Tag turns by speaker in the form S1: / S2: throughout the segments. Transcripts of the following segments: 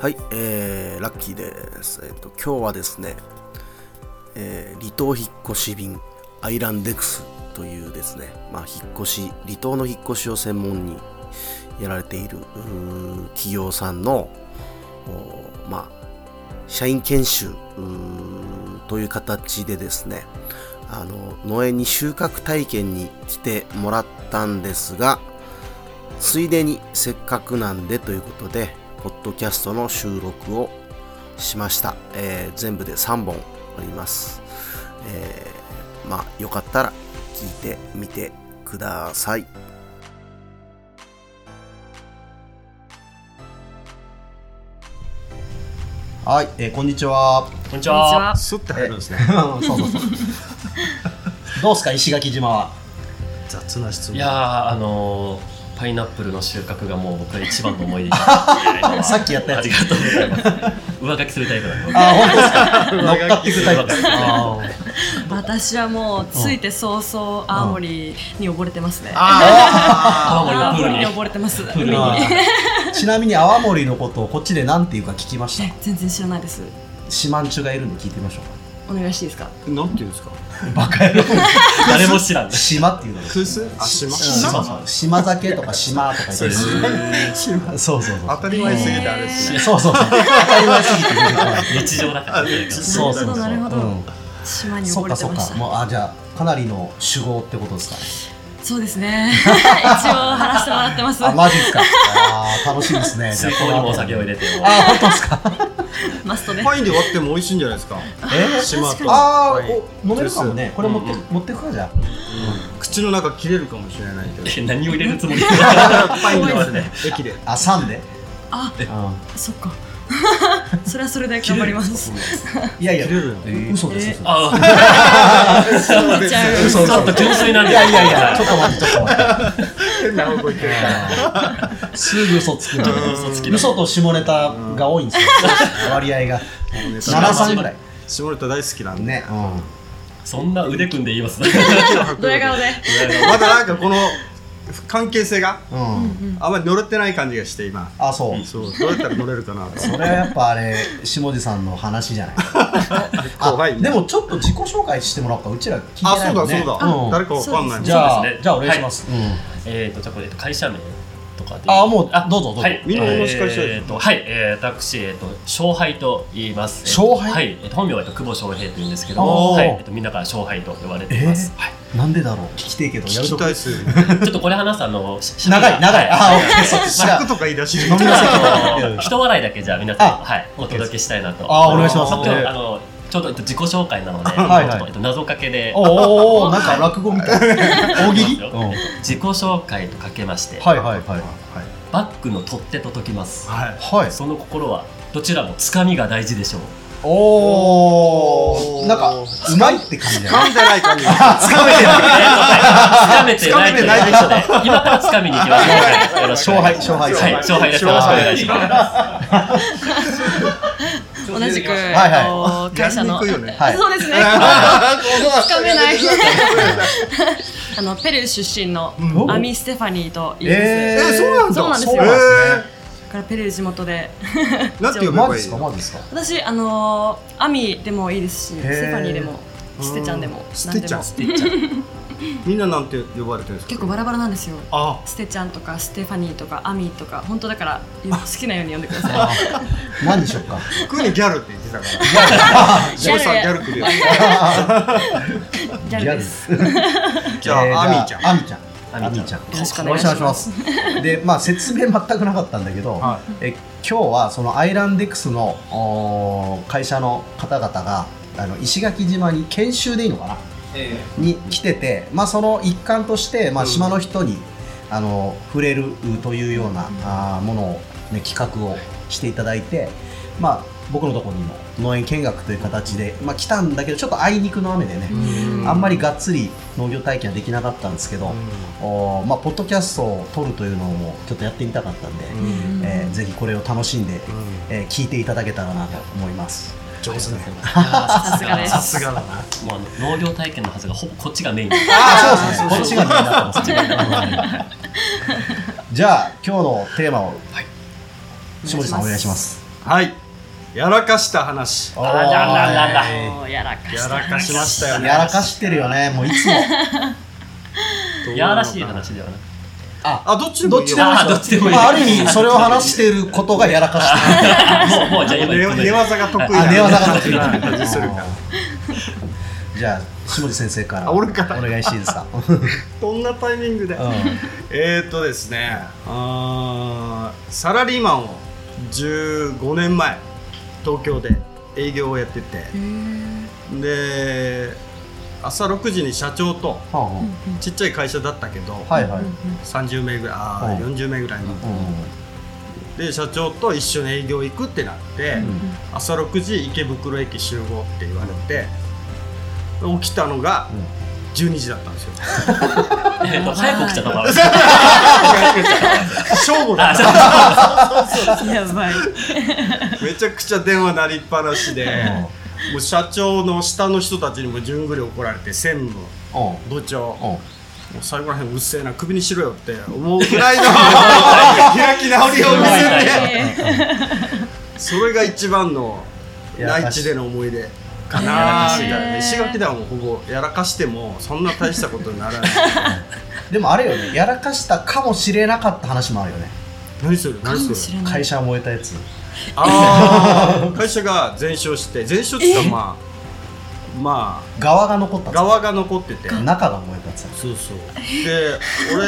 S1: はい、えー、ラッキーです。えっ、ー、と、今日はですね、えー、離島引越し便、アイランデックスというですね、まあ、引越し、離島の引越しを専門にやられている企業さんの、まあ、社員研修という形でですね、あの、農園に収穫体験に来てもらったんですが、ついでにせっかくなんでということで、ポッドキャストの収録をしました。えー、全部で3本あります。えー、まあ、よかったら聞いてみてください。はい、えー、こんにちは。
S2: こんにちは。
S3: すって入るんですね。
S1: そうそうそうどうですか、石垣島は。
S3: 雑な質問。
S2: いやあのー、パイナップルの収穫がもう僕は一番の思い出
S1: さっきやったやつ
S2: ありがとうございます上書きするタイプなんで
S1: あ本当です か乗っかってくタイプ
S4: 私はもうついて早々青森に溺れてますね、うん、
S2: 青
S4: 森に溺れてます
S1: ちなみに泡盛のことをこっちで何て言うか聞きました
S4: 全然知らないです
S1: 島んちゅがいるんで聞いてみましょ
S4: うお願いしていいですか
S3: 何て言うんですか
S1: バカ野郎
S2: 誰も知らん
S1: 島っていうの
S3: クスあ島
S1: 島島酒とか島とか言ってそうそうそう
S3: 当たり前すぎてあれですね
S1: そうそうそう 当たり前すぎて
S2: 日常だから
S1: そうそうそう
S4: なるほど、うん、島に溺れてました
S1: もうあじゃあかなりの酒豪ってことですかね
S4: そうです ね。一応話してもらってます。
S1: あ、マジですか。あ楽しみ ですね。
S2: 水筒にもお酒を入れて。
S1: あ、本当ですか。
S4: マストで。
S3: ワインで割っても美味しいんじゃないですか。
S1: え、島と。ああ、飲めるかもね。これ持って持ってくかじゃ。
S3: 口の中切れるかもしれない け
S2: ど。何を入れるつもり。
S3: ワインで割って駅で。
S1: あ、三で。
S4: あ、そっか。 それはそれで頑張ります。
S1: いやいや、嘘です。あ
S2: あ、嘘です。嘘ちょっと純粋なんで。
S1: いやいやいや、ちょっと待って、ちょっと待って。
S3: 変な方向行ってる
S1: すぐ嘘つくの。嘘と下ネタが多いん ですよ。割合が。七三ぐらい。
S3: 下ネタ大好きなん
S1: ね。
S2: そんな腕組んで言います。
S4: ドヤ顔で。
S3: まだなんかこの。関係性が、あんまり乗れてない感じがして今
S1: あそう
S3: そうどうやったら乗れるかな
S1: それはやっぱあれ下地さんの話じゃない 怖い、でもちょっと自己紹介してもらおうかうちら聞いてない
S3: あそうだそうだ、誰かわかんない、
S1: じゃあ、じゃあお願いします、
S2: えっ、とじゃあこれ会社名とかで
S1: あもうあどうぞどうぞ、はい
S3: みんな同じ会社
S2: えっ、とはい、えー、私えっ、と勝敗と言います
S1: 勝敗、
S2: はい、えー、本名は、えー、久保翔平と言うんですけども、はいえー、とみんなから勝敗と呼ばれています、はい
S1: なんでだろう聞きてえけど
S3: やると
S2: ちょっとこれ話すあの
S1: 長い長い ああオッケーそう
S3: 尺とか言い出し
S2: 飲みな さい人笑いだけじゃあ皆さんはいお届けしたいなと
S1: あお願いします
S2: あのちょっと自己紹介なのではい、謎かけで
S1: おおなんか落語みた いな大喜利
S2: 自己紹介とかけまして
S1: はいはいはい
S2: バッグの取っ手と解きます
S1: はい
S2: その心はどちらもつかみが大事でしょう
S1: おおなんかうまいって感じじゃ
S3: ない掴んでない感じ
S1: 掴めて
S2: ない掴めてない掴めてないでしょね今から掴みに行きます
S1: 勝敗勝敗
S2: 勝敗ですよろしくお願いします
S4: 同じく、はいはい 、会社の、ねはい、そうですね掴めないあのペルー出身のアミ・ステファニーと言います、え
S3: ー、
S4: そうなんですよ、えからペルー地元で。
S3: なんて呼
S1: ばれですか、マジ ですか。
S4: 私、あのー、アミでもいいですし、ステファニーでも、ステちゃんでも、
S3: ステちゃん。みんななんて呼ばれてるんですか。
S4: 結構バラバラなんですよ。ステちゃんとか、ステファニーとか、アミとか、本当だから、好きなように呼んでくださ
S1: い。何でしょうか。
S3: クーギャルって言ってたから。ギャルさん、ギャル来るよ。
S4: ギャルです。
S3: じゃあ、アミちゃん。
S1: アミちゃん。アミちゃん。よろしくお願いします。で、まあ説明全くなかったんだけど、はい、え今日はそのアイランデックスの会社の方々があの石垣島に研修でいいのかな、えー、に来てて、まあその一環としてまあ島の人に、うん、あの触れるというような、うん、あものを、ね、企画をしていただいて、まあ僕のところにも農園見学という形で、まあ、来たんだけどちょっとあいにくの雨でねあんまりがっつり農業体験はできなかったんですけどお、まあ、ポッドキャストを撮るというのもちょっとやってみたかったんで、ーえー、ぜひこれを楽しんで、えー、聞いていただけたらなと思います。
S3: 上手ね。
S4: さすがです。
S3: さすがだな。
S2: もう農業体験のはずがほぼこっちがメイン。
S1: ああそうですね。こっちがメインだったじゃあ今日のテーマを、はい、下地さんお願いします。
S3: はいやらかした話
S2: あらららら
S4: もうやらかし
S3: や
S4: た
S3: らかしましたよね
S1: やらかしてるよねもういつも
S2: やらしい話ではない
S3: あどっちでもいいよ
S1: どっちでもいい
S2: ああどっちでもい
S1: まあ、ある
S2: い
S1: 意味それを話してることがやらかしてる
S2: もうもうじゃあ今
S3: 寝
S2: 言って
S3: 寝技が得意
S1: あ
S3: な
S1: 寝技が得意な
S3: 感じするから
S1: じゃあ下地先生から
S3: あ俺から
S1: お願いしていいですか、
S3: どんなタイミングで、
S1: う
S3: えー、っとですねあーサラリーマンを15年前東京で営業をやっててで朝6時に社長と
S1: ん、
S3: ちっちゃい会社だったけど、
S1: はいはい、
S3: 30名ぐらいあー
S1: うん
S3: 40名ぐらい
S1: う
S3: の、で社長と一緒に営業行くってなって、朝6時池袋駅集合って言われて、起きたのが
S1: ん
S3: 12時だった んですよ
S2: えっと早く起きちゃったから
S3: 正午だった
S4: やばい
S3: めちゃくちゃ電話鳴りっぱなしで、もう社長の下の人たちにも順繰り怒られて専務
S1: うんうん
S3: 部長、
S1: うん
S3: もう最後らへんうっせえなクビにしろよって思うぐらいの 開き直りを見せてそれが一番の内地での思い出かなーみたいな石垣ではもうほぼやらかしてもそんな大したことになら ない
S1: でもあれよねやらかしたかもしれなかった話もあるよね
S3: 何する
S4: か
S3: 何
S4: も
S3: す
S4: し
S3: る
S4: れない
S1: 会社燃えたやつ
S3: あー会社が全焼して全焼っていうかまあま
S1: 側が残った
S3: あ
S1: んです
S3: 側が残ってて
S1: 中が燃えたやつだ
S3: そうそうで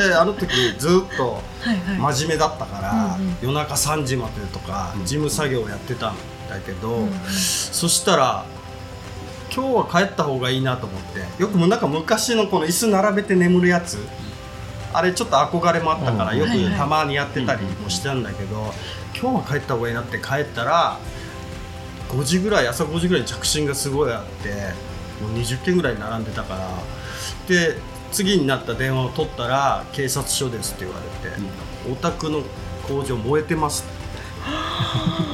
S3: 俺あの時ずっと
S4: はいはい
S3: 真面目だったから、夜中3時までとか事務作業をやってたんだけど、そしたら今日は帰った方がいいなと思ってよくもなんか昔のこの椅子並べて眠るやつあれちょっと憧れもあったから、
S1: うん
S3: よ
S4: はいは
S3: く
S4: い
S3: たまにやってたりもしたんだけど、今日は帰った方がいいなって帰ったら5時ぐらい朝5時ぐらいに着信がすごいあってもう20件ぐらい並んでたからで次になった電話を取ったら「警察署です」って言われて「お宅の工場燃え てます」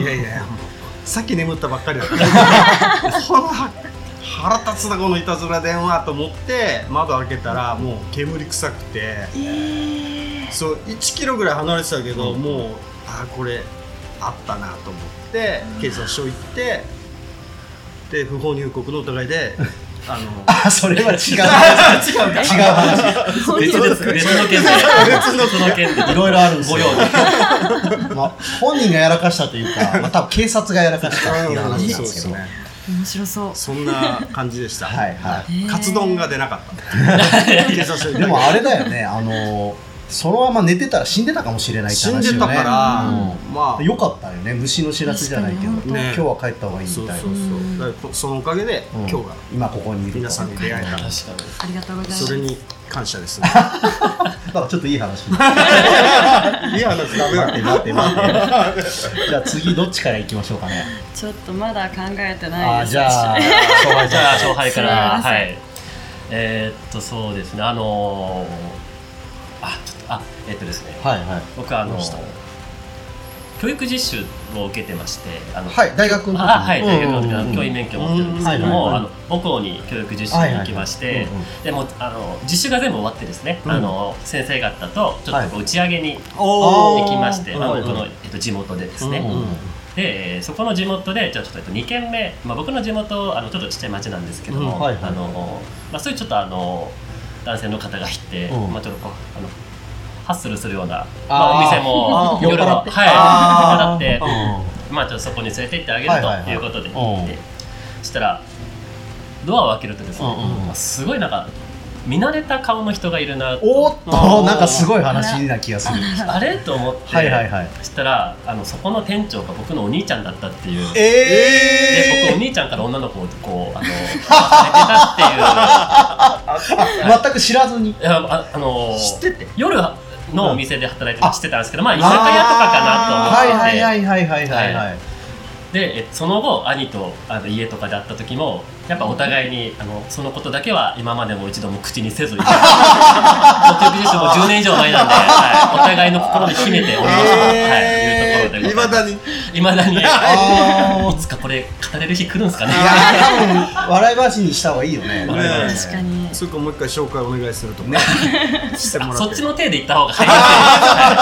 S3: いやいやもうさっき眠ったばっかりだった この腹立つなこのいたずら電話と思って窓開けたらもう煙臭くて、そう1キロぐらい離れてたけど、もうあーこれあったなと思って警察署行ってで不法入国の疑いであの
S1: あ それは違う違う
S3: 違うか
S1: 話
S2: 別の別の件で別の件で
S1: いろいろあるんです
S2: ご
S1: よ
S2: 用で
S1: まあ、本人がやらかしたというか、まあ、多分警察がやらかしたっていう話なん
S3: そう
S1: で
S3: ですす
S1: けど、
S3: ね
S4: 面白そう
S3: そんな感じでし た
S1: はいは
S3: カツ丼が出なかった警察署
S1: い、
S3: 行
S1: で
S3: っ
S1: もあれだよね、あのそのまま寝てたら死んでたかもしれないって
S3: 死ん
S1: 話よ、ね、
S3: でたから、まあ
S1: うんよかったよね、虫の知らせじゃないけど、
S4: 確
S3: かに
S1: 今
S3: ね
S1: 日は帰った方がいい
S3: そう
S1: み
S3: そう
S1: たい
S3: そ
S1: な、
S3: うだからこそのおかげで、
S1: うん
S3: 今日が
S1: 今ここにいると
S3: 皆さんに出会えた
S2: 確かに
S4: ありがとうございます
S3: それに感謝ですね
S1: だからちょっといい話、
S3: いい話ダメだ
S1: 待って待って待って、じゃあ次、どっちから行きましょうかね。
S4: ちょっとまだ考えてな
S1: あ
S4: いです
S1: じゃあ、
S4: 私
S1: そう
S2: じゃあ勝敗か
S4: すい
S2: ら
S4: ません
S2: はいえーっとそうですねあのー、あちょっとあえーっとですね
S1: はいはい、
S2: 僕あ
S1: ど
S2: の
S1: うした
S2: 教育実習を受けてましてあの、
S1: はい、大学の時に
S2: あはい大学の時
S1: うんうんう
S2: の
S1: ん
S2: 教員免許を持ってるんですけど
S1: うん
S2: も
S1: はいは
S2: あ
S1: い
S2: の母校に教育実習に行きまし
S1: はいはいはい
S2: て
S1: うんうん
S2: でもうあの実習が全部終わってですね
S1: うん
S2: あの先生方とちょっとこう打ち上げに
S1: おー
S2: 行きましてまあ
S1: はい
S2: 僕のえっと地元でですね
S1: うんうん
S2: でえーそこの地元でじゃあちょっとえっと2軒目まあ僕の地元あのちょっとちっちゃい町なんですけど
S3: うん
S2: も
S1: はいはい
S2: あのまあそういうちょっとあの男性の方がいて
S1: うん
S2: まあちょっとこうあのハッスルするようなま
S1: あー
S2: あお店も
S1: あー
S2: 夜は
S1: 酔っ払って
S2: はい
S1: ー
S2: 酔っ払って
S1: うん
S2: まあ、ちょっとそこに連れて行ってあげ
S1: はいはいはい
S2: るということで行って、
S1: うん
S2: そしたらドアを開けるとですね、
S1: うんうんうん
S2: すごいなんか見慣れた顔の人がいるな
S1: おーっと、
S3: あー
S1: なんかすごい話な気がする。
S2: あれと思って、
S1: はいはいはい。
S2: そしたらあのそこの店長が僕のお兄ちゃんだったっていう。で僕お
S1: ええ
S2: 兄ちゃんから女の子をこうあの連れてたっていう
S1: 全く知らずに。
S2: いやああの
S3: 知ってて
S2: 夜のお店で働いてしてたんですけどまあ居酒屋とか
S1: はい
S2: かなと思って、
S1: はいはいはいはいはいは。
S2: はいでえその後兄とあの家とかで会った時もやっぱお互いにあのそのことだけは今までも一度も口にせずに もう教育実習も10年以上前なんで、はい、お互いの心に秘めておりました、
S1: えー
S2: はい、いうところでござい
S3: いま
S2: ますいまだ
S3: だに
S2: にい
S1: あー
S2: つかこれ語れる日来るんすかね
S1: いや多分笑い話にした方がいいよね。
S3: ね
S4: 確かに
S3: それかもう一回紹介お願いするとかねしてもら
S2: あ
S3: っ
S2: そっ
S3: て
S2: ちの手で行った方が早い可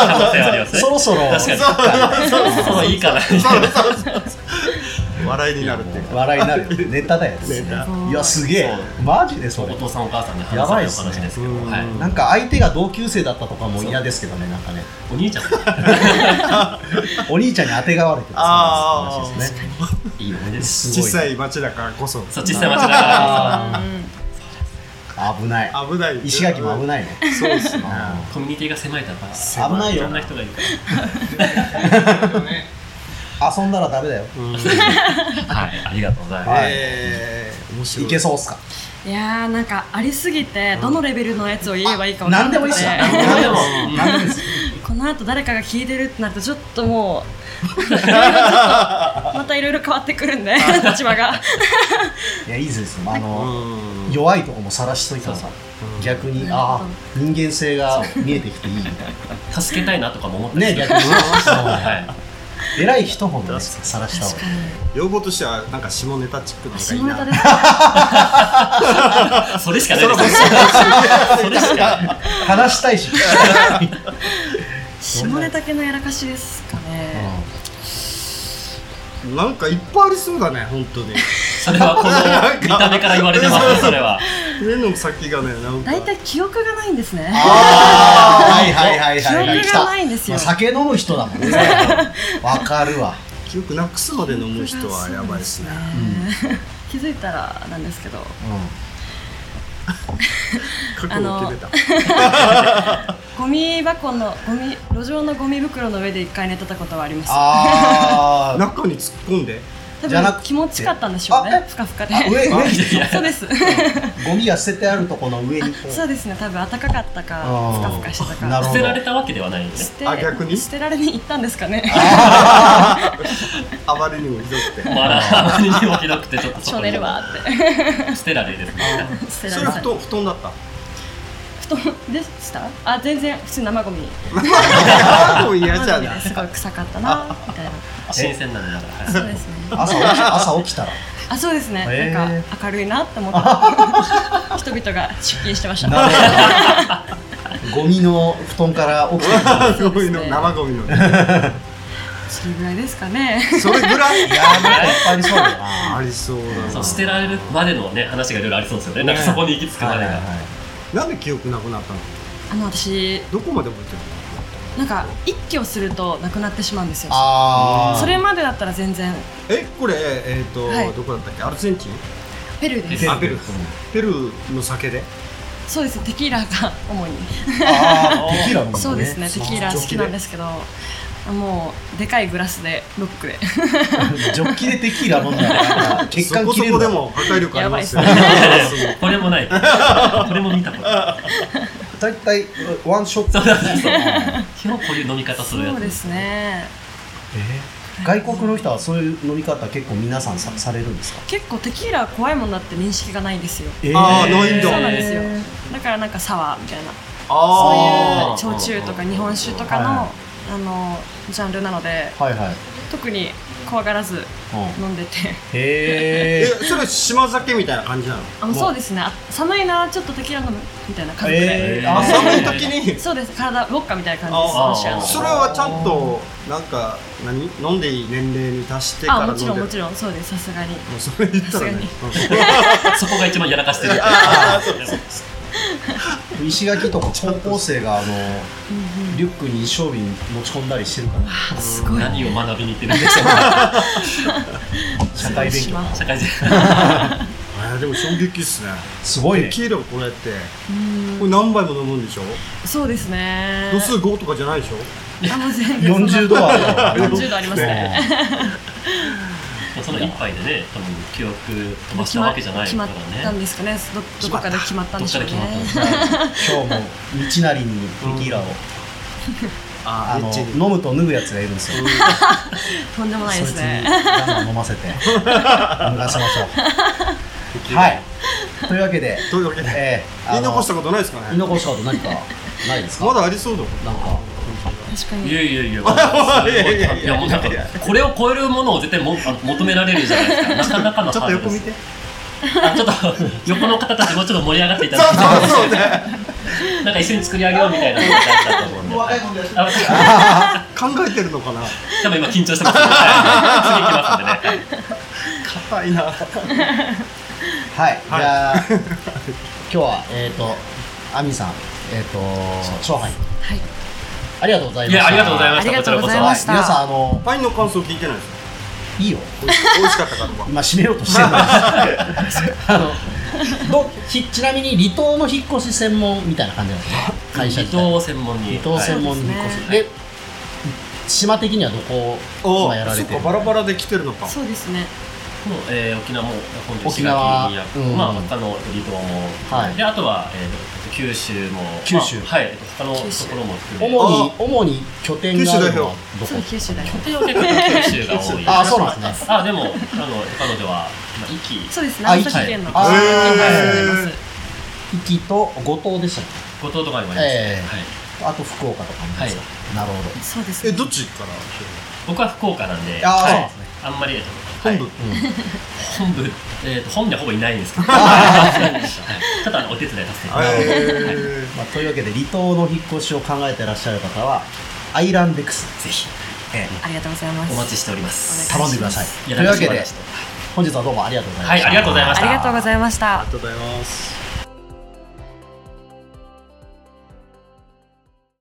S2: 能性はありますね
S1: そろそろ
S2: 確かに
S3: そう
S2: そろそろいいかな
S3: そうそうそう 笑いになるっていうか
S1: 笑いになるよねネタだよ
S3: ネ
S1: ね。
S3: タ
S1: いやすげえマジでそ
S2: お
S1: れ。
S2: 父さんお母さんに
S1: や
S2: 話さ
S1: ばい
S2: れる
S1: っ
S2: お
S1: すね
S2: 話ですけど、
S3: うん
S2: はい、
S1: なんか相手が同級生だったとかも嫌ですけどねなんかね
S2: お兄ちゃんも
S1: お兄ちゃんにあてがわれてた
S3: あー
S1: そうなんです話ですね。
S2: いい思い出です
S1: すご
S3: 小
S1: い
S3: さい町だからこそ
S2: そう小さい町だから
S4: う
S1: 危ない。
S3: 危ない
S1: 石垣も危
S3: い
S1: ないね。
S3: そうですね
S1: あ
S2: コミュニティが狭いから
S1: 狭いよ
S2: ろんな人がいるか
S1: ー遊んだらダメだよ。
S3: うん
S2: らはいありがとうございます、
S1: はい
S3: えー面白い
S1: いけそうっ すか。
S4: んいやーなんかありすぎてどのレベルのやつを言えばいいかわか
S1: 何
S4: ん
S1: で
S4: な
S1: もいいっ
S4: く
S1: す
S4: て
S1: よ。
S2: 何でも
S1: 何でもいいっす。
S4: この後誰かが聞いてるってなるとちょっとも うちょっとまたいろいろ変わってくるんで立場が
S1: いやいいですよ。あ
S3: う
S1: の
S3: ん
S1: 弱いとこも晒しといたらさ
S3: うん
S1: 逆にああ人間性が見えてきていいみたいな。
S2: 助けたいなとかも思ったり
S1: ね
S2: する
S1: 逆に
S2: は
S1: そう
S2: い
S1: 偉い人ほどねさらした方
S4: 確
S1: が
S4: か
S1: いい
S3: 要望としてはなんか下ネタチックなのが
S4: 下
S3: いい
S4: ネタ
S3: な
S4: ですか
S2: それしかないですそれしかない
S1: 話したい し、
S4: 下ネタ系のやらかしですかね
S3: なんかいっぱいありそうだね本当に
S2: それはこの見た目から言われてますねそれは
S3: 目の先がねなんか
S4: 大体記憶がないんですね
S1: あーはいはいはいはいはい
S4: 記憶がないんですよ
S1: 来たまあ酒飲む人だも んねわかるわ
S3: 記憶なくすまで飲む人はやばいですね
S4: 気づいたらなんですけどあ
S3: 覚悟
S4: の
S3: を決めた
S4: ゴミ箱のゴミ路上のゴミ袋の上で一回寝てたことはあります
S1: あー
S3: 中に突っ込んで
S4: 多
S1: じゃなく
S4: 分
S1: て
S4: 気持ちかったんでしょう
S1: あ
S4: ね
S1: え
S4: ふかふかで
S1: あ上上に
S4: そう です
S1: ゴミが捨ててあるとこの上にこう
S4: そうですね多分暖かかったか
S1: あー
S4: ふかふかしてたか
S1: なるほど
S2: 捨てられたわけではないよね
S4: 捨て
S3: あ逆に
S4: 捨てられに行ったんですかね
S3: あまりにもひどくて
S2: まだあまりにもひどくてちょっ とそ
S4: ちょ
S2: こ
S4: 寝
S2: に
S4: るわって
S2: 捨てられですね
S4: 捨て
S3: そ
S4: ら
S3: れ
S4: れ
S3: 布
S4: た
S3: 団布団だった
S4: 布団でしたあ全然普通に生ゴミ
S3: あもう嫌
S4: 生
S3: じゃ
S4: ゴミ
S3: な
S4: で
S3: い
S4: すごい臭かっ たなみたいな
S2: 新鮮なんでだから
S4: そ
S2: は
S4: う
S2: い
S4: ですね
S1: 朝起き朝起きたら
S4: あそうですね、
S1: へー
S4: なんか明るいなって思って 人々が出勤してました
S1: な るほどゴミの布団から起きてる
S3: ゴミの生ゴミのね
S4: それぐらいですかね
S3: それぐらい
S1: やばいっぱいありそうだよなは
S3: ありそうだ
S2: そ
S3: な
S2: う捨てられるまでのね話がいろいろありそうですよねなんかそこに行き着くま
S1: い
S2: で
S1: はい
S2: が
S1: はい
S3: なんで記憶なくなったの
S4: あの私
S3: どこまで覚えてる
S4: なんか一気をするとなくなってしまうんですよ
S1: あー
S4: それまでだったら全然
S3: のえこれえっと
S4: はい
S3: どこだったっけアルゼンチン
S4: ペルーです
S3: あペルーペルーの酒で
S4: そうですねテキーラが主に
S1: あーテキーラ飲むのね
S4: そうですねテキーラ好きなんですけどもうでかいグラスでロックで
S1: ジョッキでテキーラ飲んだらなんか血
S3: そ
S1: 管
S3: こ
S1: 切
S3: そ
S1: れる
S3: こで
S1: だろ
S3: も破壊力ありますよ
S4: やば
S2: これもないこれも見たことない
S1: 大体ワンショット
S2: そうそうそう基本こういう飲み方するや
S4: そ
S2: つ
S4: うですね
S1: 外国の人はそういう飲み方結構皆さんさされるんですか
S4: 結構テキーラは怖いもんだって認識がないんですよ
S1: え
S3: あーないん
S4: そう
S3: だ
S4: なんですよだからなんかサワーみたいな
S3: あー
S4: そういう焼酎とか日本酒とかの、
S1: は
S4: あのジャンルなので
S1: はいはい、
S4: 特に怖がらず飲んでて
S1: へ
S3: え
S1: え
S3: それ島酒みたいな感じなの
S4: あのそうですねあ寒いなちょっとテキーラ飲むみたいな感覚で、
S1: えー
S3: あ
S1: あ
S3: 寒い時に
S4: そうです体ウォッカみたいな感じです
S3: あ
S4: ロシアの
S3: それはちゃんとなんか何飲んでいい年齢に達してから
S4: あ
S3: 飲ん
S4: も
S3: で
S4: ち
S3: る
S4: ろんもちろんそうですさすがに
S3: もうそれ言ったらね
S2: そこが一番やらかしてる
S3: あ
S1: 石垣とか高校生があのリュックに一升瓶持ち込んだりしてるから
S4: あすごい
S2: 何を学びに行ってるんですか
S1: 社会勉強
S4: します
S2: 社会人
S3: あーでも衝撃っすね
S1: すごいね
S3: 黄色こうやってこれ何杯も飲むんでしょ
S4: そうですね
S3: 度数5とかじゃないでしょ
S4: あもう全然そんな
S1: 40度は
S4: 40度ありますね
S2: その一杯でね多分記憶飛ばしたわけじゃない
S4: 決
S2: か
S4: まっ
S2: ら
S4: たん
S2: ね
S4: ですかねどどこかで決まったんでしょうね
S2: どっかで決まったんです
S1: 今日も道なりにテキーラを、あ
S3: あ
S1: の
S3: ーエッチに
S1: 飲むと脱ぐやつがいるんですよ、
S4: とんでもない
S1: そ
S4: で
S1: いつ
S4: す
S1: に
S4: ね
S1: ガンガン飲ま せて脱がせましょ うはいというわけで、
S3: というわけで
S1: えー、
S3: 言い残したたことないですか
S1: 言い
S3: ね
S1: 残したこと何かないですか
S3: まだありそうだもん
S1: なんか
S4: 確かに
S2: いやいやいや、
S3: いやいやいや
S2: いやもうなんかこれを超えるものを絶対もあ求められるじゃないですか。なかなかの
S3: ちょっ
S2: ハード
S3: と横
S2: ルで
S3: 見
S2: す。
S3: て
S2: あちょっと 横の方たちもうちょっと盛り上がっていた
S3: そ
S2: だ
S3: う
S2: きたい。
S3: そうそうね
S2: なんか一緒に作り上げようみたいな感じだったと思うんで。
S1: 若い子で
S2: あ
S3: 考えてるのかな
S2: 多分今緊張してますけど、はい次行きますんでね。
S3: 硬いな
S1: はい、じゃあ今日はえっ、とアミさんえっ、と勝敗
S4: はい
S1: ありがとうございま
S2: い
S1: した
S2: やありがとうございました。
S4: あり
S2: こ
S4: が
S2: ち
S4: と
S2: ら
S4: うご
S2: こ
S4: ざ
S2: そ
S4: い。ました
S1: はい皆さんあの
S3: パインの感想聞いてないですか
S1: いいよ
S3: 美味し美味しかったかとか
S1: 今締めようとしてる んですあのどひちなみに離島の引っ越し専門みたいな感じなんですね会社
S2: 離
S1: 自体
S2: 島を専門に。
S1: 離島専門に引っ越し、で島的にはどこを
S3: お
S1: 今やられて
S3: そ
S1: る
S3: っかバラバラで来てるのか
S4: そうですね
S2: もうえー沖縄も本当に
S1: 沖縄
S2: 石垣
S1: うん
S2: や、まあ他の離島も、
S1: はい
S2: であとは、えー九州も、
S1: 九州
S2: まあはい、他のと
S4: 九州
S2: ころも
S1: 主
S2: 含め、
S1: に主に拠点があるのはどこ
S4: そう九州だよ
S2: 拠点は結構九州が多い。
S1: あそうなんですね
S2: あでもあの彼女はまあ壱岐、
S4: そうですね
S1: あ
S4: 長崎県の
S2: い
S4: 長崎県に住んでます
S1: 壱岐と五島でしたっ
S2: 五島とかにもあります、
S1: ええ
S2: はい。
S1: けあと福岡とかもですか、なるほど
S4: そうです
S3: え
S4: ね
S3: どっちから
S2: 僕は福岡なんで、
S1: あー
S2: は
S1: そう
S2: い
S1: なんですね
S2: あんまり、はい
S3: 本部
S2: 本部、えーと本部はほぼいないんです けど、はいただあのお手伝いさせていただいてます。
S3: え
S1: まあ、というわけで離島の引っ越しを考えてらっしゃる方はアイランデックスぜひ、え
S4: ありがとうございます
S2: お待ちしております。
S1: え頼んでください
S2: い
S1: と
S2: や
S1: いうわけ
S2: 楽しみ
S1: で
S2: だな
S1: 本日はどうもありがとうございました、
S2: はいありがとうございました
S4: ありがとうございました
S3: ありがとうございます